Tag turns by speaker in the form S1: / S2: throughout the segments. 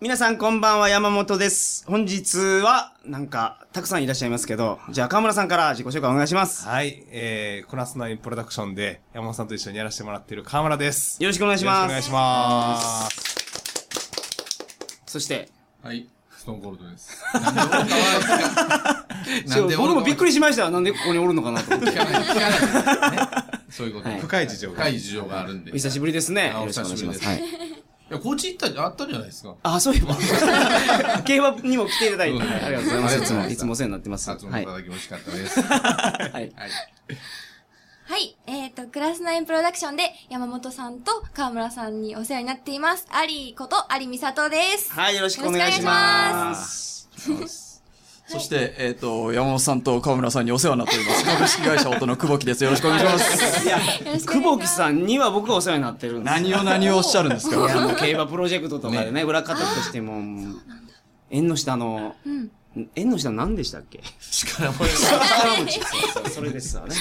S1: 皆さんこんばんは、山本です。本日は、なんか、たくさんいらっしゃいますけど、じゃあ、河村さんから自己紹介お願いします。
S2: はい、えー、コナスナインプロダクションで山本さんと一緒にやらせてもらっている河村です。
S1: よろしくお願いします。
S2: よろしくお願いします。
S1: そして、
S3: はい、ストーンコールドです。
S1: 僕もびっく
S3: り
S1: りしました。なんでここにおるのかなと 思って。
S3: 聞かない、聞かない、ね。そういうこと。
S1: はい
S2: 深い事情が。
S3: 深い事情があるんで。
S1: お久しぶりですね。
S3: あ
S1: よろしくお願いします。
S3: お久しぶ
S1: は
S3: り
S1: い
S3: で。いや、高知行った、あったじゃないですか。
S1: あ、そういえば。 競馬にも来ていただいて、
S3: そうですね
S1: ありがとうございます。いつ
S3: ありがとうござい
S1: も、
S3: ます
S1: いつもお世話になってます。は
S3: 発音い
S1: い
S3: た。だき美味しかったです。
S1: はい。
S3: はい。
S4: はい。えっ、と、クラスナインプロダクションで山本さんと河村さんにお世話になっています。アリーことアリミサトです。
S1: はい、よろしくお願いします。
S5: そして、えっ、と、山本さんと川村さんにお世話になっております。株式会社音の久保木です。よろしくお願いします。
S1: いや、
S4: よろしくお願いします。
S1: 久保木さんには僕がお世話になってるんですよ
S5: 何を何をおっしゃるんです
S1: いや、
S5: か
S1: もう競馬プロジェクトとかでね、裏方としても、もう縁の下の、
S4: ん
S1: 縁の下何でしたっけ
S3: 力も
S1: 力持ち。そうそう、それですわね。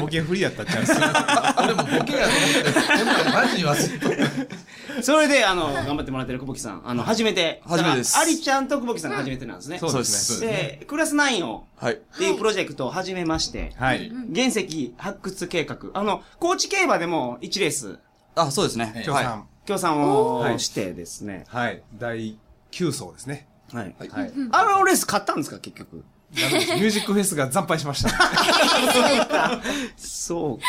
S2: ボケフリーやったチャンス。
S3: 俺もボケやと思ってたけど、今マジに忘れて
S1: それで、あの、頑張ってもらってる久保木さん、あの、初めて。
S5: 初めてです
S1: ありちゃんと久保木さんが初めてなんですね。
S5: そうです
S3: ね
S1: で、クラス9を、
S5: はい。
S1: っていうプロジェクトを始めまして、
S2: はい。
S1: 原石発掘計画。あの、高知競馬でも1レース、
S5: あ、そうですね。
S2: 今日さ
S5: は
S2: ん。
S1: 協賛をしてですね。
S2: はい。第9層ですね。
S1: はい。
S5: い。
S2: はい。
S1: あのレース勝ったんですか、結局。
S2: ダメですミュージックフェスが惨敗しました。
S1: そうか。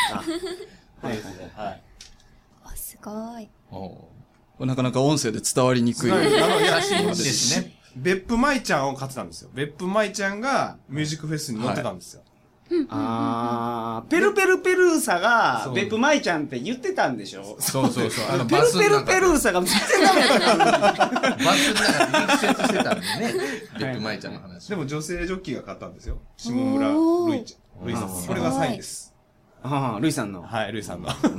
S1: はい。
S3: はい。
S4: おすごい。
S3: お
S5: なかなか音声で伝わりにくい。
S2: あの、いや
S3: 写、真ですね。
S2: 別府舞ちゃんを買ってたんですよ。別府舞ちゃんがミュージックフェスに乗ってたんですよ。
S1: あー、ペルペルペルーサが
S3: そ、う
S1: 別府舞ちゃんって言ってたんでしょ
S3: そうそうそう。あの、
S1: ペ
S3: バ
S1: ル
S3: ス
S1: ペル
S3: の中
S1: ペルーサが全然ダメだったから。
S3: バスの中で力説してたんでね。ビッグマイちゃんの話。
S2: でも女性ジョッキーが買ったんですよ。下村
S4: おー
S2: ルイちゃん。ルイさん。
S1: あー
S2: これがサインです。
S1: あー、ルイさんの。な
S2: はい、ルイさんの。は
S1: る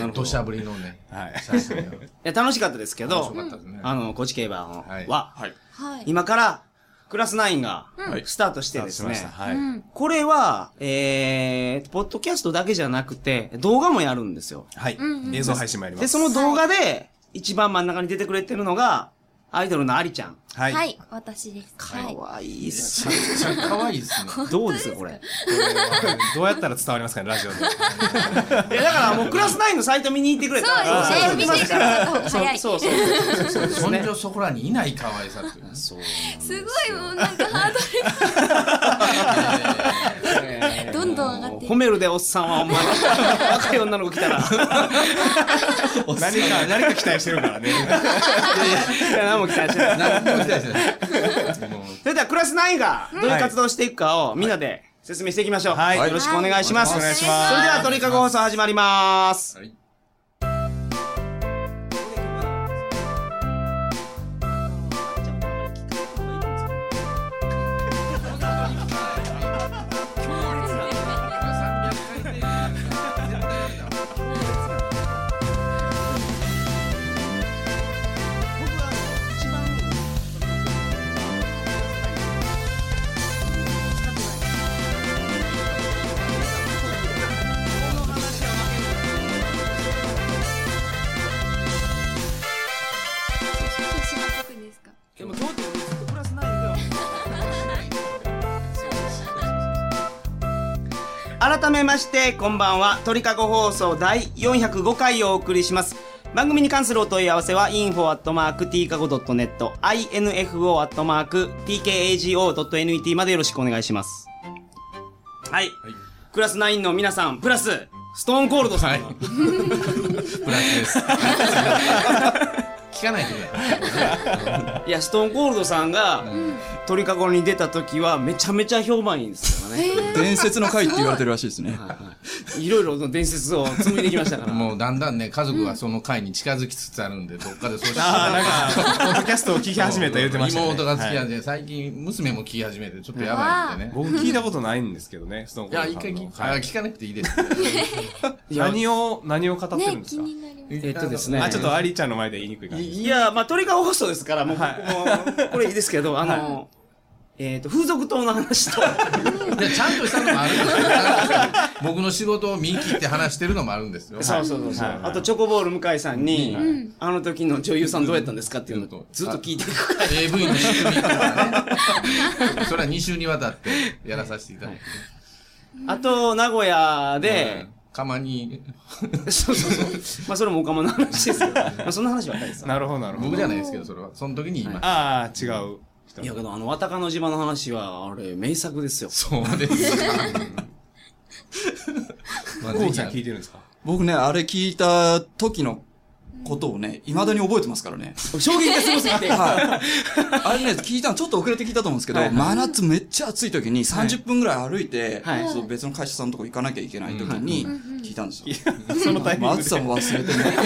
S1: ほど
S3: 土砂降りのね。
S2: い。
S3: 写真が。
S1: いや楽しかったですけど
S3: 面白、かったですね。
S1: あの、高知競馬の
S3: はい
S1: は、
S5: はい。
S4: はい。
S1: 今から、クラス9が
S5: はい、
S1: スタートしてです
S2: しま
S1: ね
S2: し、た。は
S4: う
S2: い。
S4: ん。
S1: これは、えー、ポッドキャストだけじゃなくて、動画もやるんですよ。
S2: はい
S4: うんう。ん
S2: 映像配信もやります。
S1: で、その動画で、一番真ん中に出てくれてるのが、アイドルのアリちゃん。
S2: は。
S4: はいい、私です。
S1: か
S4: はい。
S1: わいいっす。
S3: めっちゃ可愛いですね。
S1: どうですか、これ。
S2: これは どうやったら伝わりますかね、ラジオで。
S1: いや、だからもうクラス9のサイト見に行ってくれたら
S4: そうです
S1: そうそう
S4: ね見てくださった方が早い
S1: そうそうそうそう。
S3: そんじょそこらにいない可愛さっていうね。
S1: そう。
S4: すごい、もうなんかハードル、どんどん上がってい
S1: 褒めるでおっさんはお前、 若い女の子来たら。
S2: 何か、何か期待してるからね。
S1: 何も期待してない。
S3: 何も期待してない。もう
S1: それではクラス9がどういう活動をしていくかをみんなで説明していきましょう。
S2: はい
S1: よろしくお願いします。
S2: はいお願いします
S1: それでは鳥かご放送始まります。
S3: はい
S4: 私が書くんですか
S1: でもどうって俺ずっとクラス9で改めましてこんばんは鳥かご放送第405回をお送りします番組に関するお問い合わせは info.tkago.net info.tkago.net までよろしくお願いしますはい、クラス9の皆さんプラスストーンコールドさん、
S3: はいプラスです。聞かないでく
S1: い、やストーンコールドさんが、鳥かごに出た時はめちゃめちゃ評判いいんですからね、
S5: 伝説の会って言われてるらしいですね。
S1: いろいろの伝説を紡いできましたか
S3: だ
S1: ら
S3: さい。もうだんだんね、家族がその会に近づきつつあるんで、どっかでそうして。
S2: ああ、なんか、ポッドキャストを聞き始めた言うてましたね。
S3: 妹が好き
S2: は
S3: ないんで、最近娘も聞き始めて、ちょっとやばいんでね。
S2: 僕聞いたことないんですけどね、その
S3: いや、一回聞
S2: は
S3: 聞かなくていいです。
S2: 何を、何を語ってるん
S4: ね
S2: で
S4: 気
S2: すか
S4: になります。
S1: えっとですね
S2: あ、ちょっとアリちゃんの前で言いにくい感じ。
S1: いや、まあ、トリガー放送ですから、もう、ここもこれいいですけど、あの、えっ、と、風俗島の話と、
S3: でちゃんとしたのもあるんですよ僕の仕事を見切って話してるのもあるんですよ
S1: そうそうそうそう、あとチョコボール向井さんに、あの時の女優さんどうやったんですかっていうのと、ずっと聞いていくから。
S3: AV の仕組みとかねそれは2週にわたってやらさせていただいて、
S1: あと、名古屋で、
S3: かまに
S1: そうそうそう。まあ、それもおかまの話ですよ。まあ、そんな話ばっかりです。
S2: なるほど、なるほ
S3: 僕
S2: ど。
S3: じゃないですけどそれはその時に言いました
S2: ああ、違う人
S1: いや、けど、あの、わたかの島の話は、あれ、名作ですよ。
S3: そうですかまあ
S2: コウちゃん
S3: ぜ
S2: 聞い
S3: ひ
S2: てるんですか
S5: 僕ね、あれ聞いた時のことをね、未だに覚えてますからね。
S1: 衝撃がすごすぎて。
S5: はい。あれね、聞いたのちょっと遅れて聞いたと思うんですけど、
S1: はい
S5: 真夏めっちゃ暑い時に30分ぐらい歩いて、
S1: はい
S5: そう別の会社さんのとこ行かなきゃいけない時に聞いたんですよ。
S2: そのタイミ
S5: まあ
S2: ング
S5: 暑さも忘れてね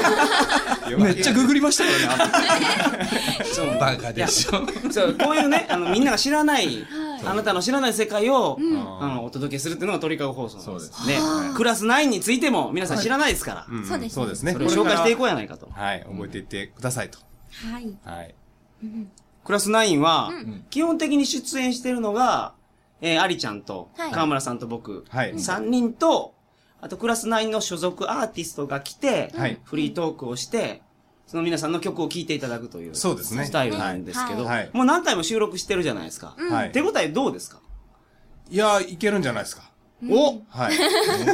S2: で。
S5: めっちゃググりましたからねあの
S1: そう
S3: バカでしょ
S1: そう、こういうね、あの、みんなが知らない、
S4: はい
S1: あなたの知らない世界を、
S2: ん
S1: あの、お届けするっていうのが鳥かご放送なんです。
S3: そ
S1: ね。クラス9についても、皆さん知らないですから、
S2: うん
S4: そうですね
S2: そうですね。
S1: それを紹介していこ
S2: う。
S1: うやないかと。
S2: はい、覚えていってくださいと。
S4: はい。
S2: はい。
S1: クラス9は、基本的に出演してるのが、えー、アリちゃんと、
S4: はい
S1: 川村さんと僕、
S2: はい
S1: 3人と、あとクラス9の所属アーティストが来て、
S2: はい
S1: フリートークをして、その皆さんの曲を聴いていただくという、
S2: そうですね
S1: スタイルなんですけど、
S2: はいはい
S1: もう何回も収録してるじゃないですか。
S2: は
S1: 手
S2: い。
S1: 応えどうですか、
S2: いや、いけるんじゃないですか。
S1: お
S2: はい。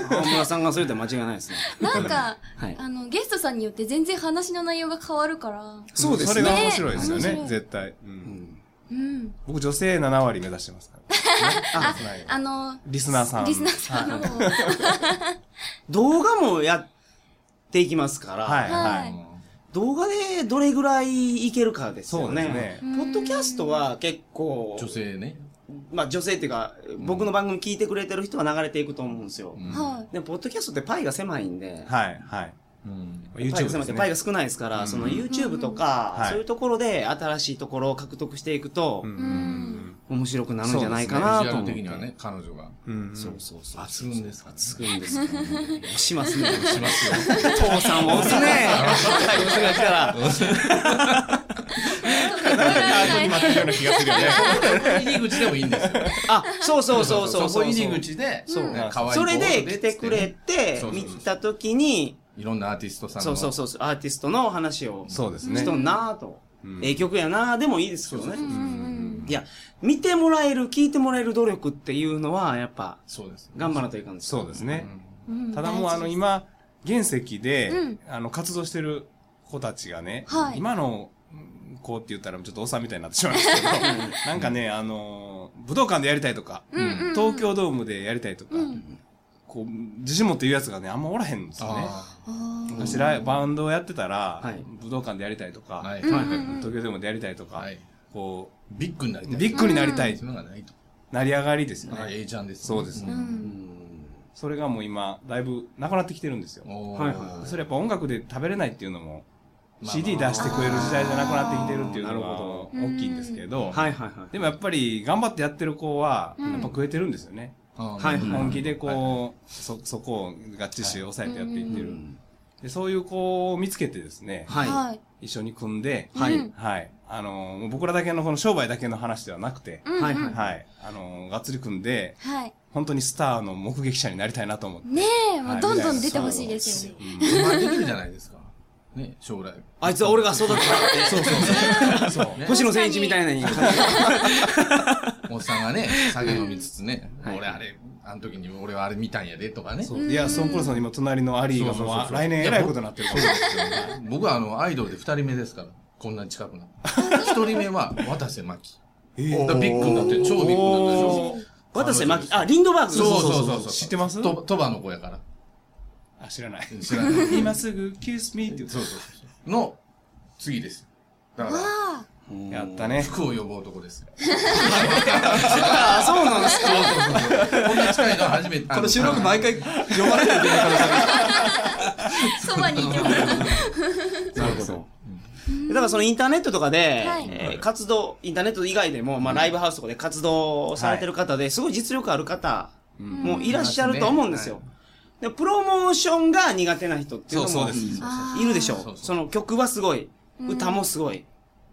S1: 川村さんがそれで間違いないですね。
S4: なんか、
S1: はい
S4: あの、ゲストさんによって全然話の内容が変わるから。
S2: そうですね。それが面白いですよ
S4: 面白
S2: ね、
S4: い
S2: 絶対。うん
S4: うん。
S2: 僕、女性7割目指してますからね。ね
S4: あの、
S2: リスナーさん。
S4: リスナーさんの方。
S1: 動画もやっていきますから、
S2: はい、
S4: は
S2: はいい。
S1: 動画でどれぐらいいけるかですよね。
S2: そうです
S1: ポッドキャストは結構、
S3: 女性ね
S1: まあ女性っていうか、僕の番組聞いてくれてる人は流れていくと思うんですよ。
S3: ん
S4: はい。
S1: でも、ポッドキャストってパイが狭いんで、
S2: はい、はい。
S3: うん
S1: パイが狭
S2: YouTube で
S1: いって
S2: す
S1: パイ
S2: ね。
S1: が少ないですから、その YouTube とか、
S2: はい
S1: そういうところで新しいところを獲得していくと、
S2: うん
S4: うん。
S1: 面白くなるんじゃないか
S3: ビ
S1: な
S3: ジ
S1: と
S3: ュア
S1: 思っ
S3: ル
S1: て。
S3: 的にはね彼女が
S2: うん
S1: そうそうそう。
S3: 抜群ですからね
S1: 作るんですよ、ね。押しますね。
S3: しますよ
S1: 父さんを押すね。 はい、娘が来たら。
S2: に待ってるような気がするよね。
S3: 入り口でもいいんですよ。
S1: あ、そうそうそうそうそ
S3: そ
S1: う
S3: こ
S1: う。
S3: 入り口で、
S1: そう
S3: ね可愛い
S1: それ
S3: ボー
S1: で
S3: ド
S1: 来
S3: っつって
S1: くれて
S3: そう、そう
S1: 見
S3: そう
S1: たときに、
S3: いろんなアーティストさんの。
S1: そうそうそうそう、アーティストの話を
S2: そうですね
S1: し。とんなぁと。ええ曲やなぁでもいいですけどね
S3: そう。そうそう
S1: いや、見てもらえる、聞いてもらえる努力っていうのは、やっぱ、
S3: そうです。
S1: 頑張らないといかんですよ。
S2: そうですね。
S4: うん
S2: ただもうあの、
S4: 大事
S2: 今、原石で、
S4: うん
S2: あの、活動してる子たちがね、
S4: はい
S2: 今のうん子って言ったらちょっとおっさんみたいになってしまうんですけど、 なんかね、あの、武道館でやりたいとか、東京ドームでやりたいとか、こう、自信持って言うやつがね、あんまおらへんんですよね。
S3: あ
S2: 昔ライバンドをやってたら、
S1: はい
S2: 武道館でやりたいとか、
S3: あはい。
S2: 東京ドームでやりたいとか、
S3: はい
S2: こ
S3: ビッグになりた
S2: う、
S3: い。
S2: ビッグになりたい、
S3: そういうのがないと。
S2: 成り上がりですよね。
S3: はい、A ちゃんです。
S2: そうですねそれがもう今、だいぶなくなってきてるんですよ。
S1: はい
S3: は
S2: それやっぱ音楽で食べれないっていうのも、
S3: まあ。
S2: CD 出してくれる時代じゃなくなってきてるっていうのが
S1: あ
S2: 大きいんですけど、
S1: はいはいはい。
S2: でもやっぱり頑張ってやってる子は、やっぱ食えてるんですよね。
S1: はいいは
S2: 本気でこう、そ、そこを合致して抑えてやっていってる。で、そういう子を見つけてですね、
S1: い。は
S4: はい。
S2: 一緒に組んで、
S1: い。はい。
S4: うん
S2: はい。あの、もう僕らだけのこの商売だけの話ではなくて、
S4: うん
S1: はいはい
S2: はい。あの、がっつり組んで、
S4: はい。
S2: 本当にスターの目撃者になりたいなと思って。
S4: ねえ、も
S2: は
S4: う
S2: い
S4: どんどん出てほしいですよね。
S3: 自慢できるじゃないですか。ね、将来。
S1: あいつは俺が育てたって。そうそう
S3: そう。
S1: 星野千一みたいなに。
S3: おっさんがね、酒飲みつつね、
S1: はい
S3: 俺あれ、あの時に俺はあれ見たんやでとかね。
S2: そういや、ソンプロさんの今隣のアリーが
S3: そう
S2: も
S3: そうそう
S2: う来年偉いことになってるかもしれないですよ。
S3: 僕はあの、アイドルで二人目ですから。こんなに近くな。一人目は、渡瀬真希。だからビッグになってる、超ビッグになってるでしょ。
S1: 渡瀬真希、あ、リンドバーグ。
S3: そうそうそうそう。
S2: 知ってます
S3: と、鳥羽の子やから。
S2: あ、知らない。
S3: 知らな い。
S2: 今すぐ、キュースミーって言
S3: そうそうそう。の、次です。だから、
S4: あ
S2: ってやったね。
S3: 服を呼ぶ男です。
S1: あ、そうなんですか。
S3: こんな近いのは初めて。
S5: この収録毎
S3: 回。
S5: 回読まれないといけないからさ
S4: あ、そばにいてもらう。
S2: なるほど。
S1: だからそのインターネットとかで、
S4: はい
S1: えー活動、インターネット以外でも、まあライブハウスとかで活動されてる方で、すごい実力ある方もいらっしゃると思うんですよ。でプロモーションが苦手な人っていうのも
S2: そうそうです
S1: いるでしょう
S3: そうそう
S1: その曲はすごい、歌もすごい、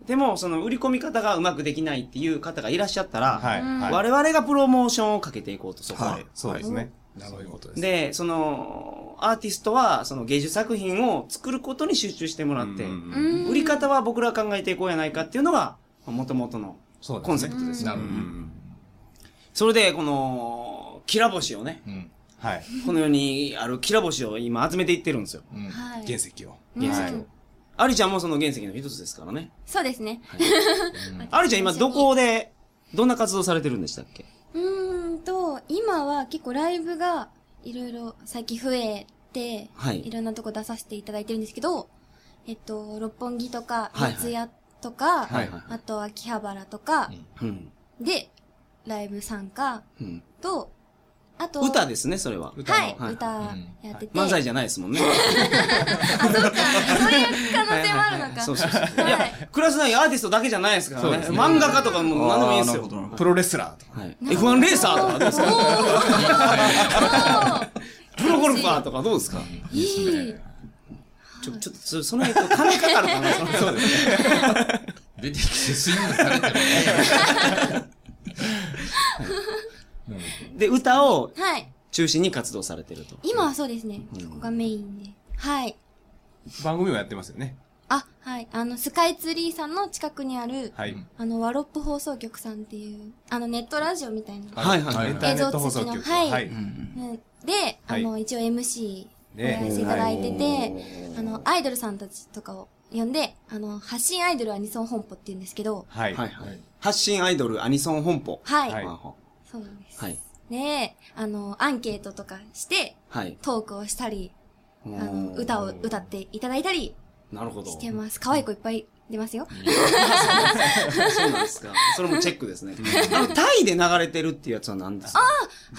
S1: でも、その売り込み方がうまくできないっていう方がいらっしゃったら、
S2: はい。はい。
S1: 我々がプロモーションをかけていこうと、そこは。
S5: はい
S2: そうですね。
S3: なる
S2: そ
S3: ほど
S2: ういうことです。
S1: で、その、アーティストは、その芸術作品を作ることに集中してもらって、
S2: うんうんうん
S4: うん
S1: 売り方は僕ら考えていこうやないかっていうのが、もともとの
S2: そうですね
S1: コンセプトですよ。
S3: なるほ
S2: うんうん
S1: それで、この、きら星をね、
S3: ど。うん。
S2: はい。
S1: この世にあるきら星を今集めていってるんですよ。
S3: うん。
S4: はい
S2: 原石を。
S4: うん
S2: はい
S4: うん
S1: アリちゃんもその原石の一つですからね。
S4: そうですね。
S1: アリちゃん今どこで、どんな活動されてるんでしたっけ
S4: うーんと、今は結構ライブがいろいろ最近増えて、
S1: はい
S4: いろんなとこ出させていただいてるんですけど、えっと、六本木と
S1: は
S4: か、
S1: いはい
S4: 三ツ谷とか、
S1: はいはい
S4: あと秋葉原とか、
S1: うん。
S4: で、ライブ参加
S1: うん、
S4: と、あと、
S1: 歌ですね、それは。
S4: はい、
S1: はい
S4: 歌やってて。
S1: 漫才じゃないですもんね。
S4: そういう可能性もあるのか。
S1: そうそうそう。い
S4: は
S1: や
S4: い、
S1: クラス内アーティストだけじゃないですから
S2: そう
S1: ね。
S2: ですね
S1: 漫画家とかも何でもいいです
S5: あーなるほどなる
S1: よ。
S5: ほ
S2: プロレスラーとか。
S1: はい、F1 レーサーとかどうですかプロゴルファーとかどうですか
S4: いい。
S1: ちょ、ちょっとそ、その辺と金かかるかな、その辺
S3: 出てきてスイングされてるね。
S1: で、歌を
S4: はい。
S1: 中心に活動されてると。
S4: 今はそうですね。そこがメインで。はい。
S2: 番組もやってますよね。
S4: あ、はい。あの、スカイツリーさんの近くにある、
S2: はい。
S4: あの、ワロップ放送局さんっていう、あの、ネットラジオみたいな。
S1: はいはいはい
S2: エンターネット放送
S4: 映像
S2: 局。
S4: 付きのはい
S2: はい。
S4: うんで、あの、一応 MC をやらせていただいてて、あの、アイドルさんたちとかを呼んで、あの、発信アイドルアニソン本舗っていうんですけど、
S2: はい。
S1: はいはい。発信アイドルアニソン本舗。
S4: はい。
S2: はい
S4: そうなんです。
S1: はい。
S4: で、あの、アンケートとかして、
S1: はい。
S4: トークをしたり、
S1: あ
S4: あの、歌を歌っていただいたり
S1: なるほど。
S4: してます。可愛い子いっぱい出ますよ。
S1: そうなんですか。 それもチェックですね。あの、タイで流れてるっていうやつは何ですか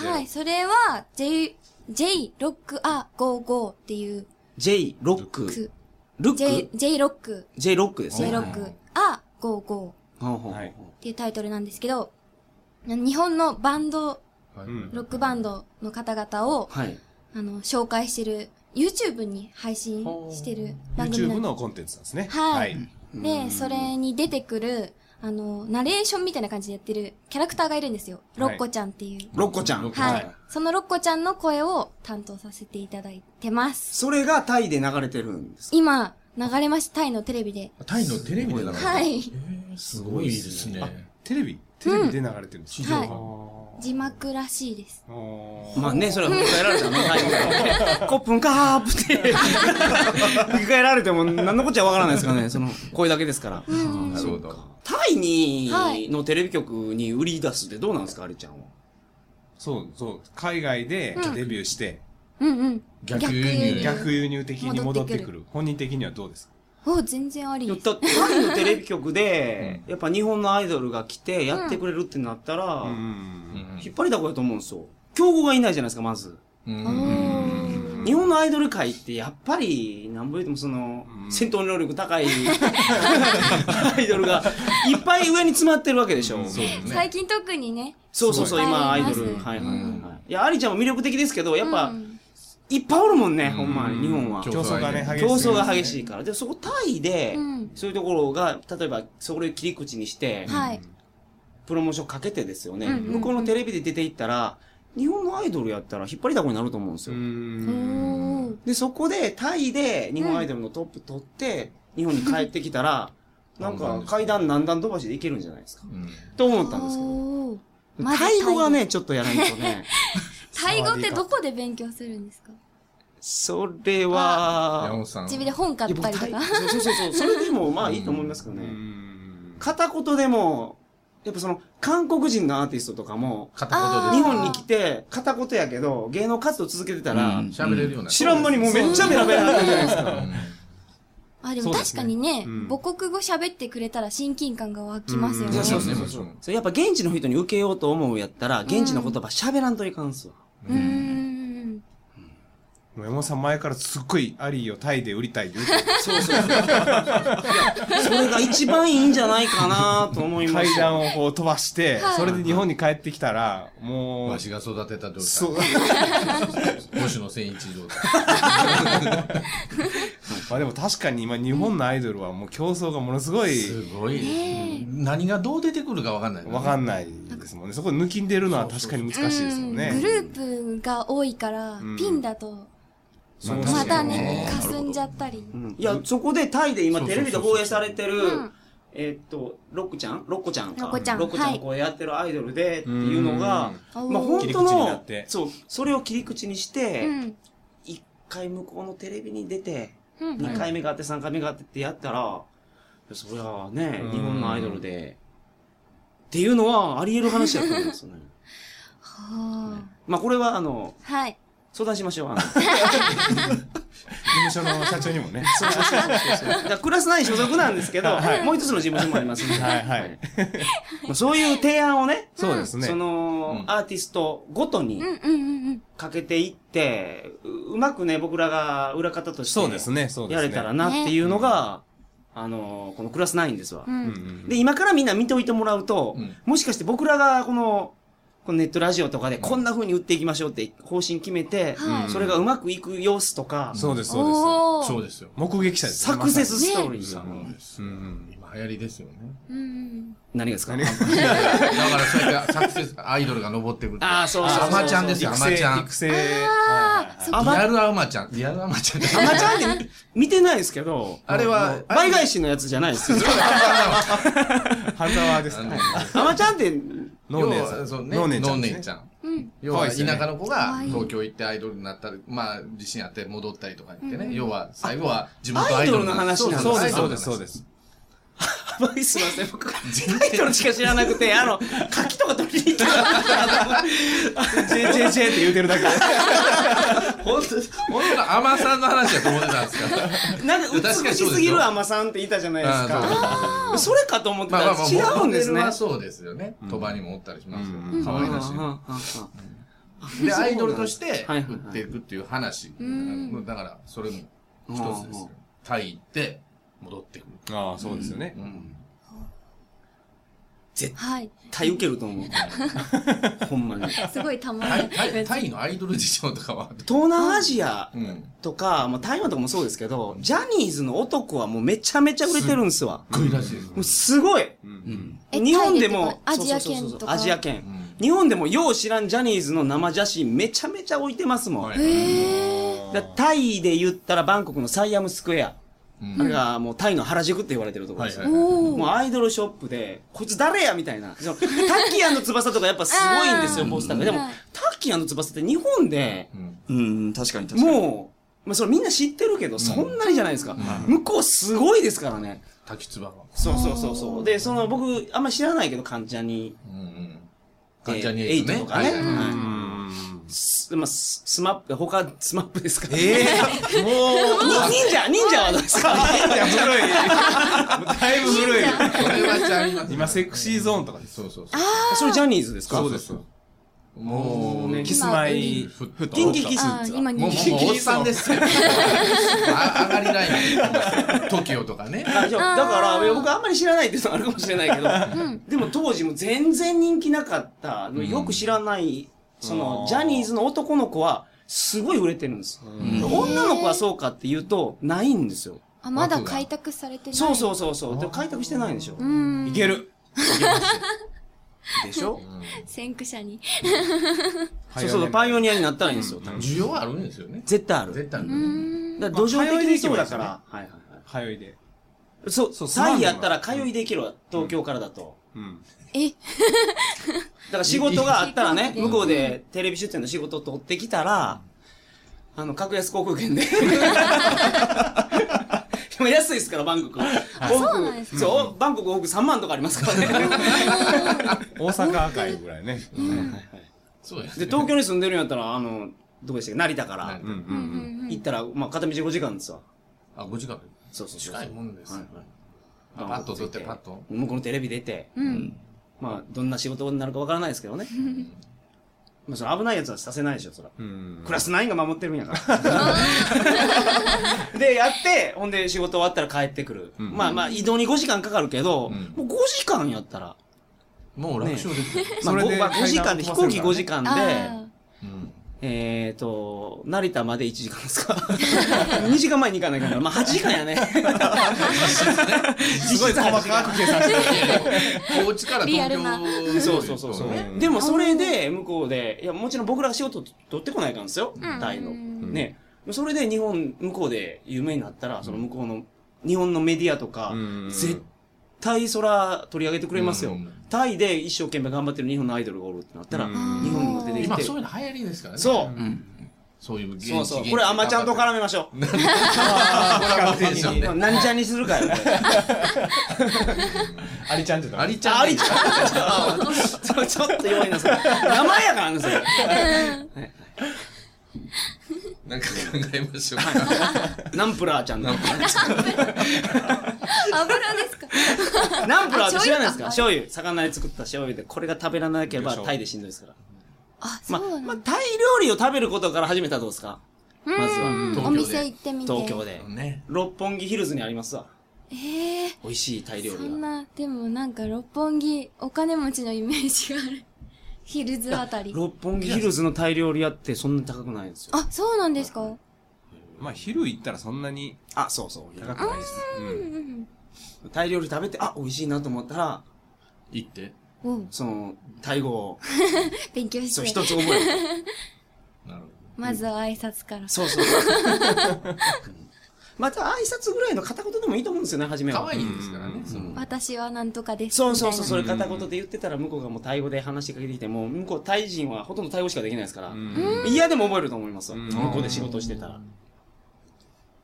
S4: はい、それは、J、J ロックア55っていう
S1: ?J ロック
S4: く。、
S1: ルッ
S4: J
S1: ク、
S4: J ロック、
S1: ?J ロックですね。
S4: J ロックア55っ
S1: ほうほうほ
S2: は
S1: う
S2: い
S4: ていうタイトルなんですけど、日本のバンド、
S3: はい
S2: うん
S4: ロックバンドの方々を、
S1: はい。
S4: あの、紹介してる、YouTube に配信してる番組な
S2: YouTube
S4: んで
S2: のコンテンツなんですね。
S4: はい。で、それに出てくる、あの、ナレーションみたいな感じでやってるキャラクターがいるんですよ。ロ
S2: はい
S4: ッコちゃんっていう。
S1: ロッコちゃん。
S4: はい。
S3: はい
S4: そのロッコちゃんの声を担当させていただいてます。
S1: それがタイで流れてるんですか
S4: 今、流れました、タイのテレビで。
S3: タイのテレビで流れてる
S4: はい。
S3: えーすごいですね。
S2: テレビテレビで流れてるんです
S3: 地
S2: よ。
S3: 上
S4: はい
S3: 波。
S4: 字幕らしいです。
S2: おー
S1: まあね、それは振り返られたらね、タイ で。コップンカープって、振り返られても 何のこっちゃわからないですからね、その声だけですから。
S3: なるほど。
S1: タイに
S4: はい、
S1: のテレビ局に売り出すってどうなんですか、アリちゃんは。
S2: そうそう。海外でデビューして、
S4: うんうん。
S3: 逆輸入うん
S2: 逆輸入的に戻ってくる。本人的にはどうですか
S4: お、全然あり
S1: だ
S4: で
S1: っ
S4: す。
S1: てタイのテレビ局で、やっぱ日本のアイドルが来てやってくれるってなったら、
S2: うん。
S1: 引っ張りだこやと思うんですよ。競合がいないじゃないですか、まず。
S3: うん
S4: おー。
S1: 日本のアイドル界ってやっぱり、なんぼ言ってもその、戦闘能力高いアイドルがいっぱい上に詰まってるわけでしょ。
S3: そうですね。
S4: 最近特にね。
S1: そうそうそう、
S4: いっぱい
S1: 今ア
S4: あ
S1: イ
S4: り
S1: ド
S4: ます
S1: ル。はいはいはいはい。いや、アリちゃんも魅力的ですけど、やっぱ
S4: う、ん
S1: いっぱいおるもんね、ほんまに、日本は。
S3: 今
S1: 競
S3: 日
S2: 競争がね、激しい。
S1: 争が激しいから。で、そこタイで
S4: うん、
S1: そういうところが、例えば、それを切り口にして、
S4: はい。
S1: プロモーションかけてですよね。
S4: うんうん
S1: 向こうのテレビで出ていったら、日本のアイドルやったら引っ張りだこになると思うんです
S2: う
S1: よ。
S4: お
S2: ん。
S4: ー。
S1: で、そこで、タイで日本アイドルのトップ取って、日本に帰ってきた ら、なんか階段何段飛ばしでいけるんじゃないですか。
S3: うん
S1: と思ったんですけど。
S4: おー
S1: タイ語がね、、ちょっとやらないと ね。
S4: タイ語ってどこで勉強するんですか
S1: それ
S3: 山
S1: は、
S3: 本さん。
S4: 自分で本買
S1: い
S4: っ
S1: や僕
S4: たりと
S1: タイ
S4: か。
S1: そうそうそうそう、それでもまあいいと思いますけど
S2: う
S1: ね。
S2: ん
S1: 片言でも、やっぱその、韓国人のアーティストとかも、
S3: 片
S4: あー
S1: 日
S3: 言
S1: 本に来て、片言やけど、芸能活動続けてたら、
S5: うん
S3: で喋れるような。
S1: 知らん間にもうめっちゃベラベラになってるじゃないですか。
S4: あ、で
S2: そ
S4: も
S2: うで
S4: 確
S2: す
S4: か
S2: ね
S4: にね、
S2: うん
S4: 母国語喋ってくれたら親近感が湧きますよ
S1: うん
S4: ね。
S3: もちろんね、
S1: そう
S3: もちろん。
S1: それやっぱ現地の人に受けようと思うやったら、現地の言葉喋らんといかんすわ。
S4: うーん。
S2: もう山本さん前からすっごいアリーをタイで売りたいって言うて
S1: そうそうそう。いや、それが一番いいんじゃないかなと思いま
S2: 階
S1: す。
S2: 段をこう飛ばして、
S4: はい
S2: それで日本に帰ってきたら、も
S3: わ
S2: う、
S3: しが育てた状
S2: そう
S3: 態。、星野千一状態。
S2: まあでも確かに今日本のアイドルはもう競争がものすご
S3: す
S2: い
S3: ごい、何がどう出てくるかわかんない、
S2: わかんないですもんね。そこ抜きんでるのは確かに難しいですもんね。
S4: うんグループが多いから、
S2: ん
S4: ピンだと、
S2: そう
S4: また
S3: ね
S4: ね、霞んじゃったり。
S1: いや、そこでタイで今
S3: そうそう
S1: テ
S3: そう
S1: レビで放映されてる
S4: うん、
S1: えーっと、ロックちゃんロッコちゃんか。
S4: ロッコちゃん
S1: ロッコちゃ
S4: は
S1: ん
S4: い
S1: こうやってるアイドルでっていうのが、
S4: うん
S1: まあ
S4: おー
S1: 本
S2: 切り
S1: 当
S2: 口にな
S1: の
S2: って、
S1: そう、それを切り口にし
S4: う
S1: て、
S4: ん。
S1: 一回向こうのテレビに出て、
S4: うん。
S1: 二回目があって三回目があってってやったら、そりゃあね
S2: う、ん
S1: 日本のアイドルで、っていうのはあり得る話だと思うんです よね。
S4: は
S1: まあこれはあの、
S4: あはい。
S1: 相談しましょう。あの
S2: 事務所の社長にも ね。
S1: だからクラス内所属なんですけど、もう一つの事務所もありますんで、
S2: はいはい。
S1: まあそういう提案をね、
S2: そうですね
S1: そ。の、
S3: うん
S1: アーティストごとに
S4: うんうんうんうん。
S1: かけていって、ううまくね、僕らが裏方として、
S2: そうですね、そうです
S1: や
S2: ね。
S1: れたらなっていうのが、あの、このクラス9ですわ
S4: う。。
S2: うんうんん。
S1: で、今からみんな見ておいてもらうと、
S3: うん
S1: もしかして僕らがこの、このネットラジオとかでこんな風に打っていきましょうって方針決めて、
S4: はい
S1: それがうまくいく様子とか、
S2: そうです、そうです。
S4: おー
S3: そうですよ、
S2: 目撃者ですね。
S1: サクセスストーリーさん、
S3: そうですよ今流行りですよね
S4: うんうん
S1: 何がですか
S3: だからそれがサクセスアイドルが登ってくる
S1: あーそうそうそう
S3: アマちゃんですよ
S2: ま
S3: ア
S2: さ
S3: マ
S2: に。育
S3: ちゃ
S2: 成、
S3: ん
S2: 育成。
S4: ああ、そっ
S1: あ
S4: か。
S1: ま
S3: リアルアマちゃんリアルアマちゃんって
S1: アマちゃんって見てないですけど、
S3: あれは
S1: 倍返しのやつじゃないですよ。
S2: 半沢ですね。
S1: アマちゃんって、
S2: ノーネン
S3: 要は
S2: さ。
S3: そうんね
S2: ノーネンちゃ
S3: ノ
S2: んです
S3: ンネ
S2: ね
S3: ンち。ゃん
S4: うん。
S3: 要
S2: 可
S3: は
S2: 愛いですよね
S3: 田舎の子
S4: 可
S3: が
S4: 愛い
S3: 東京行ってアイドルになったり、まあ自信あって戻ったりとか言ってね、要は最後は地元
S1: あ
S3: アイドルに
S1: アイドルの話
S3: そう
S1: なんだ
S2: そう
S3: ア
S2: で
S3: イ
S2: す、そう
S3: ドルの
S2: で
S3: 話
S2: す、そうです。
S1: あまりすいません、僕、タイトルしか知らなくて、あの、柿とか取りに行った ら、
S2: JJJ って言うてるだけで。
S1: 本当
S3: 本当のアマさんの話だと思ってたんですか
S1: な
S3: ら。
S1: んか、
S3: 確
S1: 美
S3: かにそうです
S1: し
S3: よ
S1: すぎるアマさんっていたじゃないです
S3: あーそう
S1: か。それかと思ってた
S3: まあま
S1: ら
S3: あまあ、
S1: 違うんです
S3: モデ
S1: ね
S3: ルは。そうですよね。鳥羽にもおったりしますよ。可愛らし
S1: うんうんうん
S3: い。で、アイドルとして
S1: はいはい
S3: 売っていくっていう話。
S4: ん
S3: だから、それも一つですよ。タイ行って戻ってくる。
S2: ああ、そうですよね。
S4: はい。
S1: 対受けると思う。ほんまに。東
S4: すごいたま
S3: タ
S4: らな
S3: イ
S4: い。
S3: タイタイのアイドル事情とかは、
S1: 南アジア
S3: うん。
S1: とか、まあ、台湾とかもそうですけど、ジャニーズの男はもうめちゃめちゃ売れてるんすわ。
S3: かいらしいです
S1: もうすごい。
S2: うん
S4: え
S1: 日本でも、
S4: タイでとか
S1: そうそうそうそう
S4: アジア圏とか
S1: アジア圏。日本でもよう知らんジャニーズの生写真めちゃめちゃ置いてますもん。
S4: へえ。
S1: だタイで言ったらバンコクのサイアムスクエア。あれがもうタイの原宿って言われてるところですよ。
S3: はいはい
S4: お
S1: もう
S4: ー。
S1: アイドルショップで、こいつ誰やみたいな。そのタッキーの翼とかやっぱすごいんですよ、
S4: あー
S1: ポスターが。でも
S4: はい、
S1: タッキーの翼って日本で、
S5: うん、確かに確かに。
S1: もう、まあ、それみんな知ってるけど、そんなにじゃないですか。向こうすごいですからね。
S3: 滝つばが。
S1: そうそうそうそう。で、その僕、あんま知らないけど、関ジャニ。
S3: うんうん。
S1: え
S3: 関ジャニ
S1: エイト
S3: ね。
S1: とかね。
S3: はいはいはい
S2: うん。
S1: すまあ、ススマップ、他、スマップですからね。
S2: ええもう、
S1: に忍者、忍者はどうですか
S2: 古い。だいぶ古い。
S3: それはちゃいます
S2: 今、セクシーゾーンとかです。
S3: そうそうそう。
S1: それジャニーズですか
S2: そうです。
S3: もう、
S2: キスマイ、
S3: ふっと。
S1: キンキ
S3: も
S1: キス。
S4: あー、今
S3: う、もう、もう
S4: 人気。
S3: おっさんですよ。あ上がりラインが行ってますよ。t o とかね。
S1: あじゃあだから、いや僕あんまり知らないっていうのはあるかもしれないけど、でも当時も全然人気なかった、よく知らない、その、ジャニーズの男の子は、すごい売れてるんです、女の子はそうかっていうと、ないんですよ。
S4: あ、まだ開拓されてない。
S1: そうそうそうそう。でも開拓してないんでしょ。
S4: う。うん。
S2: いける。
S1: でしょ、
S4: 先駆者に。
S1: そうそう、パイオ
S2: ニ
S1: ニアになったらいいんですよ。多分
S3: 需要はあるんですよね。
S1: 絶対ある。だ
S3: 絶対ある。
S1: から土壌的にそうだから、
S2: まあ
S1: はいはいは
S2: ア。通いで。
S1: い。そう、
S2: そう
S1: タイやったら通いできるわ、東京からだと。
S2: うん。
S4: え、
S1: だから仕事があったらね、
S4: いい
S1: 向こうでテレビ出演の仕事を取ってきたら、あの、格安航空 券で。今安いですから、バンコク。
S4: そうなんですか
S1: そう、バンコク往復3万とかありますからね。
S2: 大阪会ぐらいね。
S3: そうです
S1: で、
S3: ね。
S1: 東京に住んでるんやったら、あの、どこでしたっけ成田から
S3: 成
S2: うんうんうん。
S1: 行ったら、まあ、片道5時間ですわ。
S3: あ、5時間。
S1: そうそうそう。
S3: 近いもんですよ
S1: はいはい
S3: パッと取って、パッと。
S1: 向こうのテレビ出て、まあ、どんな仕事になるかわからないですけど ね。まあ、その危ないやつはさせないでしょ、そら。
S2: うん。
S1: クラス9が守ってるんやから。で、やって、ほんで仕事終わったら帰ってくる。まあまあ、移動に5時間かかるけど、もう5時間やったら。
S3: もう楽勝ですよ。
S1: まあ、
S2: それで
S1: 5, 時間で、飛行機5時間
S4: あ
S1: で、
S4: ー。
S3: うん。
S1: えっ、ー、と、成田まで1時間ですか ?2 時間前に行かないから、まあ8時間やね。
S2: すごい細かく計算してる。
S3: 高知から
S4: リア
S3: 東
S4: ルな
S3: 京
S1: そうそうそうそう。
S2: うん
S1: でもそれで、向こうで、いや、もちろん僕らが仕事取ってこないからですよ。タイの。
S4: うん
S1: ね。それで日本、向こうで有名になったら、その向こうの、日本のメディアとか、
S2: うん
S1: 絶対そら取り上げてくれます
S3: う
S1: よ
S3: ん。
S1: タイで一生懸命頑張ってる日本のアイドルがおるってなったら、
S2: う
S1: 日
S2: ん
S1: 本にも出てき
S3: 今
S1: て。
S3: そういうの流行りですからね。。
S1: そううん
S3: そういう現地
S1: そうそう。これ、あまちゃんと絡めましょう。
S3: テンションで。
S1: 何ちゃんにするかよ。
S2: ありちゃんって言った
S3: あ
S2: の
S3: りちゃん。
S1: ありちゃんちょちょっと弱いな、それ。名前やからね、それ。
S3: なんか考えましょうか。
S1: ナンプラーちゃんの。
S4: 油ですか
S1: ナンプラーって知らないですか
S4: あ
S1: 醤油。魚で作った醤油で、これが食べられなければタイでしんどいですから。
S4: あ、そ
S1: ま
S4: う
S1: あ、
S4: な
S1: まあ
S4: んだ。
S1: タイ料理を食べることから始めたらどうですかまずは、
S4: お店行ってみて。
S1: 東京で。
S3: ね。
S1: 六本木ヒルズにありますわ。
S4: ええ
S1: 美味しいタイ料
S4: そ
S1: 理
S4: ん
S1: が。
S4: な、でもなんか六本木、お金持ちのイメージがある。ヒルズあたり。
S1: 六本木ヒルズのタイ料理屋ってそんなに高くないんですよ。
S4: あ、そうなんですか
S2: まあ、昼行ったらそんなに
S1: あ、そうそう。
S2: 高くないです。うん
S1: タイ料理食べて、あ、美味しいなと思ったら、
S3: 行って。
S4: うん。
S1: その、タイ語を、
S4: 勉強
S1: そう、
S4: し
S1: 一
S4: て。
S1: つ覚える。
S3: なるほ
S4: まずは挨拶から。
S1: そうそう。また挨拶ぐらいの片言でもいいと思うんですよね、初め
S3: ど。
S1: は。
S3: 可愛いですからね。その
S4: 私はなんとかです。
S1: そうそうそう、そ
S4: み
S1: れ片言で言ってたら向こうがもうタイ語で話しかけてきて、もう向こうタイ人はほとんどタイ語しかできないですから、嫌でも覚えると思いますわ。
S2: うん
S1: 向こうで仕事してたら。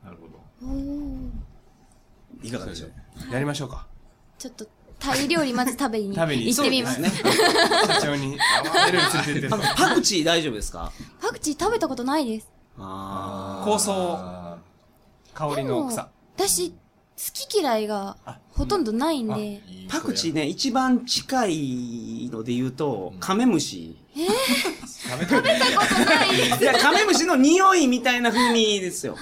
S3: なるほど。
S4: たいな。おー
S1: いかがでしょう
S2: やりましょうか。
S4: ちょっと、タイ料理まず食べ に
S2: 食べに
S4: 行ってみます。
S1: そうですね。
S2: 社長に出るについて
S1: あのパクチー大丈夫ですか
S4: パクチー食べたことないです。
S1: あ
S2: 香草、
S3: あ
S2: 香りの草。
S4: 私、好き嫌いがほとんどないんで。
S3: ーいい
S1: ー
S3: 子
S1: パ
S3: や
S1: クチーね、一番近いので言うと、カメムシ。いや、カメムシの匂いみたいな風味ですよ。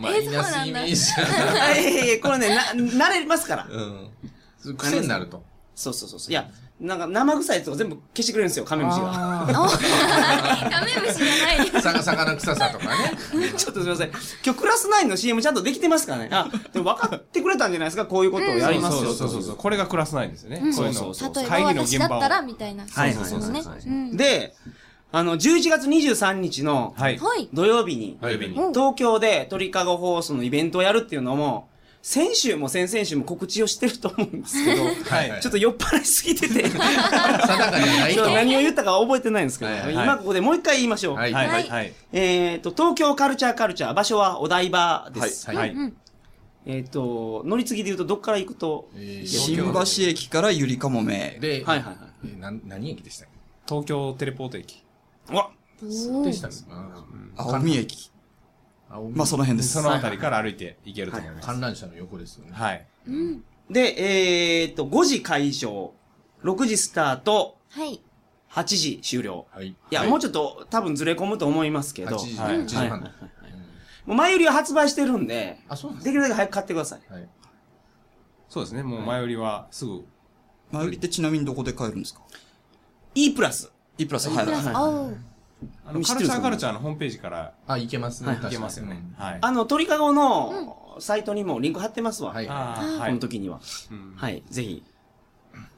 S3: マイナスイメージだな。
S1: あいやいやこれね、な、慣れますから。
S3: うん。 癖になると。
S1: そうそうそうそう。いや、なんか生臭いとか全部消してくれるんですよ、カメムシが。
S4: ダメ虫じゃない よ。
S3: さ魚臭さとかね。
S1: ちょっとすいません。今日クラス9の CM ちゃんとできてますからね。あ、でも分かってくれたんじゃないですか、こういうことをやりますよ。
S2: そうそうそうそう。これがクラスないんですよね。こういうの。
S1: そう
S4: 例えば
S2: 会議の現
S4: 私だ
S2: 場
S4: っ
S2: を
S4: たら、みたいな。
S1: はい
S4: そうそうそう
S1: はい
S4: ね
S1: はいはい。
S4: うん
S1: で、あの、11月23日の
S2: はい。
S4: はい。
S1: 土曜日に、
S3: はい
S4: お
S1: 東京で鳥かご放送のイベントをやるっていうのも、先週も先々週も告知をしてると思うんですけど、
S3: はい
S1: ちょっと酔っ払いすぎてて、
S3: 定かじゃないと。
S1: 何を言ったか覚えてないんですけど、
S3: はいはい
S2: はい
S1: 今ここでもう一回言いましょう。
S3: はい
S2: はい。
S4: はい
S2: はい。
S1: えっ、と、東京カルチャーカルチャー、場所はお台場です。
S2: はい。はい
S1: えっ、と、乗り継ぎで言うとどっから行くと、
S3: えー
S5: 新橋駅からゆりかもめ。
S3: で、
S1: はいはいはい
S3: えーなん何駅でしたっ
S2: 東京テレポート駅。
S1: うわ
S4: お
S3: けで
S4: ー
S3: したっけ
S5: 青海駅。
S3: 青海
S5: まあその辺です。
S2: そのあたりから歩いて行けると思います。
S3: 観覧車の横ですよね。
S2: はい。
S1: で、えー、っと、5時開場、6時スタート、
S4: はい。
S1: 8時終了。
S3: はい。
S1: いや、
S3: は
S1: もうちょっと多分ずれ込むと思いますけど、
S3: 8
S1: は
S3: 時、
S1: い
S2: はい
S3: 8時半。
S1: はいもう前売りは発売してるんで、
S3: あ、そうなんで
S1: できるだけ早く買ってください。
S3: すはい。
S2: そうですね。もう前売りはすぐ。
S5: 前売りってちなみにどこで買えるんですか
S1: E プラス。
S5: イプラス、はい。
S4: プラス、
S1: はい
S4: おー
S2: あの、
S1: 知
S2: カ
S1: っ
S2: ル
S1: て
S2: チ
S1: る
S2: ャーカルチャーのホームページから
S3: あ、行けますね。
S2: 行けますよね
S3: 確かに。
S2: はい。
S1: あの、鳥かごのサイトにもリンク貼ってますわ。
S3: はい。
S2: あーは
S1: この
S2: い。
S1: 時には。
S2: うん
S1: はい、ぜひ。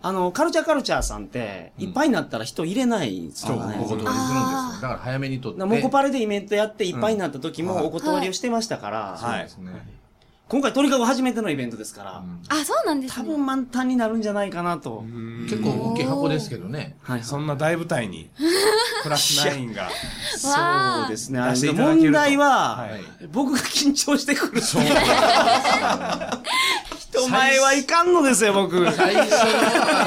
S1: あの、カルチャーカルチャーさんって、いっぱいになったら人入れないんです
S3: そう、
S1: よ
S3: お断
S1: ね。
S3: りするんですよ。だ
S4: あー
S3: から早めに取って。
S1: モコパレでイベントやっていっぱいになった時
S3: うんはい
S1: もお断りをしてましたから、
S2: はい
S3: そうですね。
S1: 今回鳥かご初めてのイベントですから、
S3: うん
S4: あ、そうなんです
S1: 多
S4: ね。
S1: 分満タンになるんじゃないかなと。
S3: 結構大きい箱ですけどね。
S1: はい
S2: そんな大舞台に、プラスナインが。
S1: そうですね。あ
S2: 出して
S1: の
S2: いただけると
S1: 問題は、
S2: はい
S1: 僕が緊張してくる。 人前はいかんのですよ、僕。
S3: 最初のあ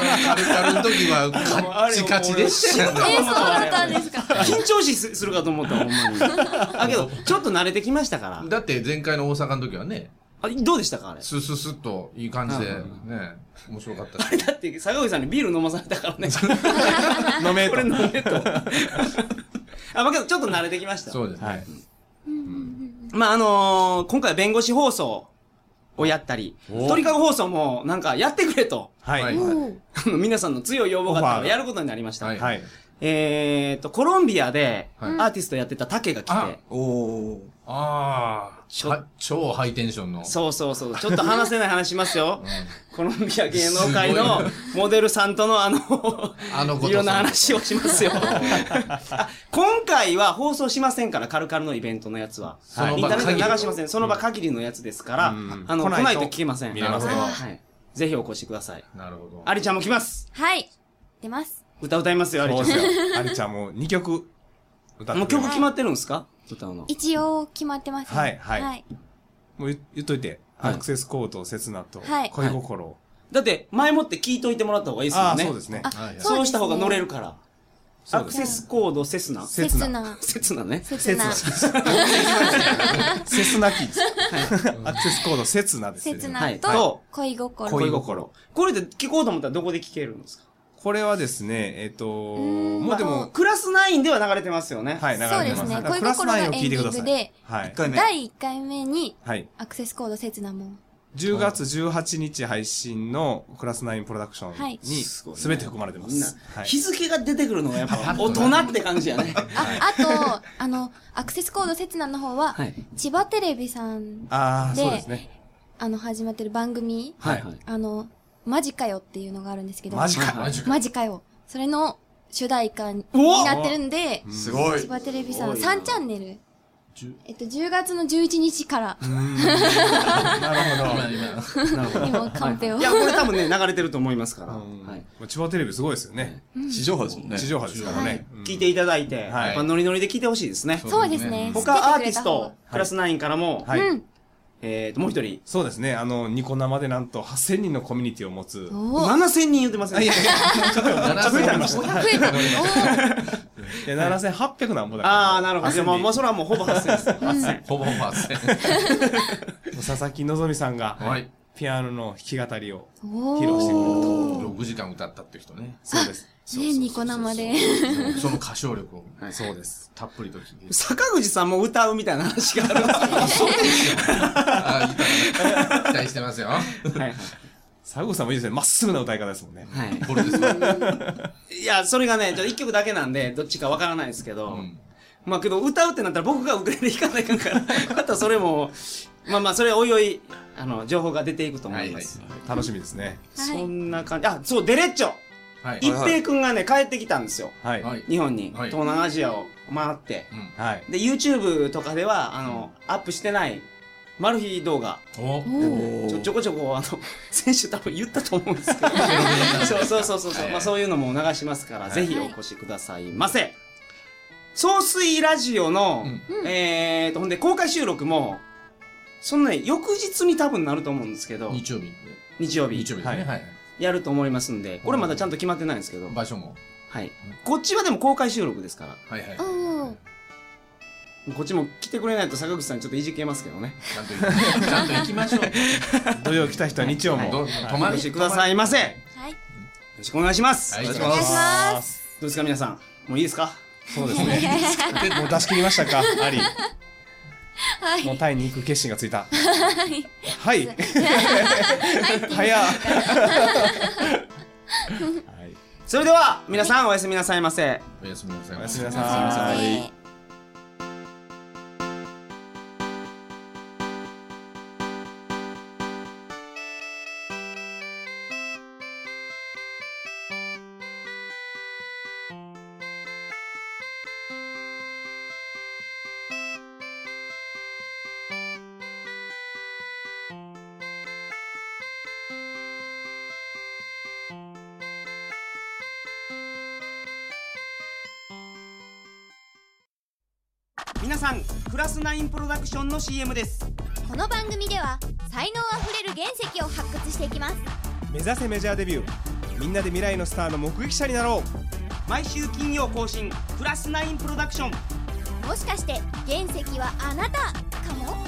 S3: のカルカルの時はカッチカチでしたよね。
S4: えー、そうだったんですか。
S1: 緊張しするかと思った、ほんまに。あ、けど、ちょっと慣れてきましたから。
S3: だって前回の大阪の時はね、
S1: あどうでしたか、あれ。
S3: スススッといい感じで、ね、面白かったし。
S1: だって、坂口さんにビール飲まされたからね。
S2: 飲め
S1: ことれ。飲めと。あ、まあけど、ちょっと慣れてきました。
S3: そうです
S2: は
S3: ね
S2: い。。
S1: まあ、あのー今回は弁護士放送をやったり、鳥かご放送もなんかやってくれと、
S2: はい。
S3: は
S4: おー
S1: あの皆さんの強い要望があった
S2: オファー
S1: ら
S2: が
S1: やることになりました。
S3: はい
S2: はい。
S1: えっと、コロンビアで、ア
S3: はい
S1: ーティストやってたタケが来
S3: あ
S1: て、
S5: おお
S3: あ
S1: ち
S3: あ、
S1: ょ
S3: は超ハイテンションの。
S1: そうそうそう、ちょっと話せない話しますよ。コロンビア芸能界
S3: す
S1: のモデルさんとのあの、
S3: あのこと
S1: いろんな話をします よ。あ今回は放送しませんから、カルカルのイベントのやつは。
S3: その場
S1: インターネット
S3: 限
S1: で
S3: りの
S1: 流しません。その場限りのやつですから、
S2: うん
S1: あの、
S2: 来
S1: 来
S2: ないと
S1: ないと聞けません。
S2: 見れ
S3: ません
S1: はい。ぜひお越しください。
S3: なるほど。
S1: アリちゃんも来ます
S4: はい。出ます。
S1: 歌歌いますよ、アリ
S2: そう
S1: ち
S2: ですよ。アリちゃんも2曲歌
S1: ゃ
S2: っ
S1: ん。もう
S2: てくれ
S1: 曲
S2: る
S1: 決まってるんですか歌うの。
S4: 一応決まってますね、
S2: はいはい
S4: はい。
S2: もう言言っといて。
S1: はい
S2: アクセスコード、刹那と
S4: はい、
S2: 恋心を。
S1: だって、前もって聞いといてもらった方がいいです
S2: あ
S1: よ
S2: あ、
S1: ね。
S2: そうですね。
S3: はいはい
S1: そうした方が乗れるから。
S2: そう
S1: ア
S2: で
S1: ク
S2: すね
S1: セスコードセスナ。
S2: セ刹
S4: 刹
S2: 那
S4: 那。
S1: セスナね。
S4: 刹那。
S2: セスナキーです。アクセスコード、刹那ですね。
S4: 刹
S1: は
S4: 那
S1: い
S4: と恋心。
S1: 恋心。これで聞こうと思ったらどこで聞けるんですか
S2: これはですね、えっと、もうで
S4: まあ
S2: も、
S1: クラス9では流れてますよね。
S2: はい、流れてます。
S4: そうですね
S2: だからプラスナインを聞いてくださ
S4: 恋心がエンデ
S2: い。は
S5: 1
S2: い。
S5: 回目。
S4: 第1回目に
S2: はい。
S4: アクセスコード刹那も。
S2: 10月18日配信のクラスナインプロダクショ
S4: はい
S2: ンに全て含まれてま
S1: みんな
S2: す。はい。
S1: 日付が出てくるのがやっ ぱ大人って感じやね。
S4: あ、あと、あの、アクセスコード刹那の方は、
S1: はい
S4: 千葉テレビさん、
S2: ああ、
S4: で
S2: そうですね。
S4: あの、始まってる番組、
S1: はいはい。
S4: あの、マジかよっていうのがあるんですけど、
S2: マジか。
S3: マジか。
S4: マジかよ。それの主題歌に
S1: お
S4: なってるんで、
S5: すごい
S4: 千。葉テレビさ
S1: すご
S4: ん
S1: いな
S4: 3チャンネル
S3: じゅ。
S4: えっと、10月の11日から、
S3: 今、今。
S1: なるほど。
S4: 今、カンペを。
S1: いや、これ多分ね、流れてると思いますから。
S2: うん
S1: はい
S2: まあ千葉テレビすごいですよね。
S5: 地上波ですもんね。
S2: 地上波ですからね。うん
S1: 聞いていただいて、
S2: はい
S1: やっぱノリノリで聞いてほしいですね。
S4: そうですね。
S1: 他アーティス
S4: 知っ
S1: ト
S4: て、
S1: クラス9からも、
S2: はい。
S4: うん
S1: えっと、もう一人、
S2: そうですね。あの、ニコ生でなんと8000人のコミュニティを持つ
S4: くれた。方が。おー
S1: 7000人言ってませんね
S2: いやいや
S3: 7000
S2: 増えた
S3: 人
S4: 増えた。おー
S2: いや、7800なんぼだから。
S1: ああ、なるほど。
S2: 8000
S1: でも、もう
S2: 人
S1: それはもうほぼ8000です。8000
S3: ほぼほぼ8000。
S2: 佐々木希さんが、
S3: はい。
S2: ピアノの弾き語りを。
S4: おー。
S2: 披露してくれた
S3: 6時間歌ったって人ね。
S2: そうです。
S4: ね、ニコ生で。
S3: その歌唱力を
S2: そうです。
S3: たっぷりと聞いて。
S1: 坂口さんも歌うみたいな話があるんですけど
S3: あ、いたね。期待してますよ。
S1: はい
S2: 佐藤さんもいいですね。まっすぐな歌い方ですもんね。
S1: はい。は
S3: これですか
S1: い。いや、それがね、ちょっと一曲だけなんで、どっちかわからないですけど、
S3: ん
S1: まあけど、歌うってなったら僕がウクレレ弾かないかん から、またそれも、まあまあ、それおいおい、あの、情報が出ていくと思います。
S2: 楽しみですね。
S4: はい
S1: そんな感じ。あ、そう、デレッチョ
S3: はい。
S1: 一平くんがね、帰ってきたんですよ。
S2: はい。
S3: は
S2: はいい。
S1: 日本に。
S3: はい
S1: 東南アジアを回って。
S2: はい。
S1: で、YouTube とかでは、あの、アップしてない、マル秘動画。
S3: お
S4: おー。
S1: ちょちょこちょこ、あ の、先週多分言ったと思うんですけど。そうそうそうそうそう。まあそういうのも流しますから、ぜひお越しくださいませ。総水ラジオの、えーと、ほんで公開収録も、そのね、翌日に多分なると思うんですけど、
S3: 日曜日。
S1: 日曜日、
S3: 日曜日だね。はい。
S1: やると思いますんで、これまだちゃんと決まってないんですけど、
S3: 場所も。
S1: はい。こっちはでも公開収録ですから。
S3: はいはい。
S4: おー。
S1: こっちも来てくれないと坂口さんちょっといじけますけどね。
S3: ちゃんと行 きちゃんと行きましょう。
S2: 土曜来た人は日曜も。
S3: ど泊
S1: お
S3: ま
S1: 越
S3: り
S1: しくださいませ。よ
S4: はい。
S1: ろしくお願いします。
S3: はい
S1: どう
S4: お願いします。
S1: ですか皆さん。もういいですか
S2: そうです ね。もう出し切りましたか、アリ。
S4: はい。
S2: もうタイに行く決心がつい た。はい。早っ。はい。
S1: それでは、皆さんおやすみなさいませ。
S3: おやすみなさい
S2: お
S3: ま
S2: や
S3: せ
S2: すみな
S4: おやすみ
S2: さ
S4: なさ
S2: い。
S4: い。
S1: 皆さん、クラスナインプロダクションの CM です。
S6: この番組では才能あふれる原石を発掘していきます
S2: 目指せメジャーデビュー。みんなで未来のスターの目撃者になろう。
S1: 毎週金曜更新、クラスナインプロダクション。
S6: もしかして原石はあなたかも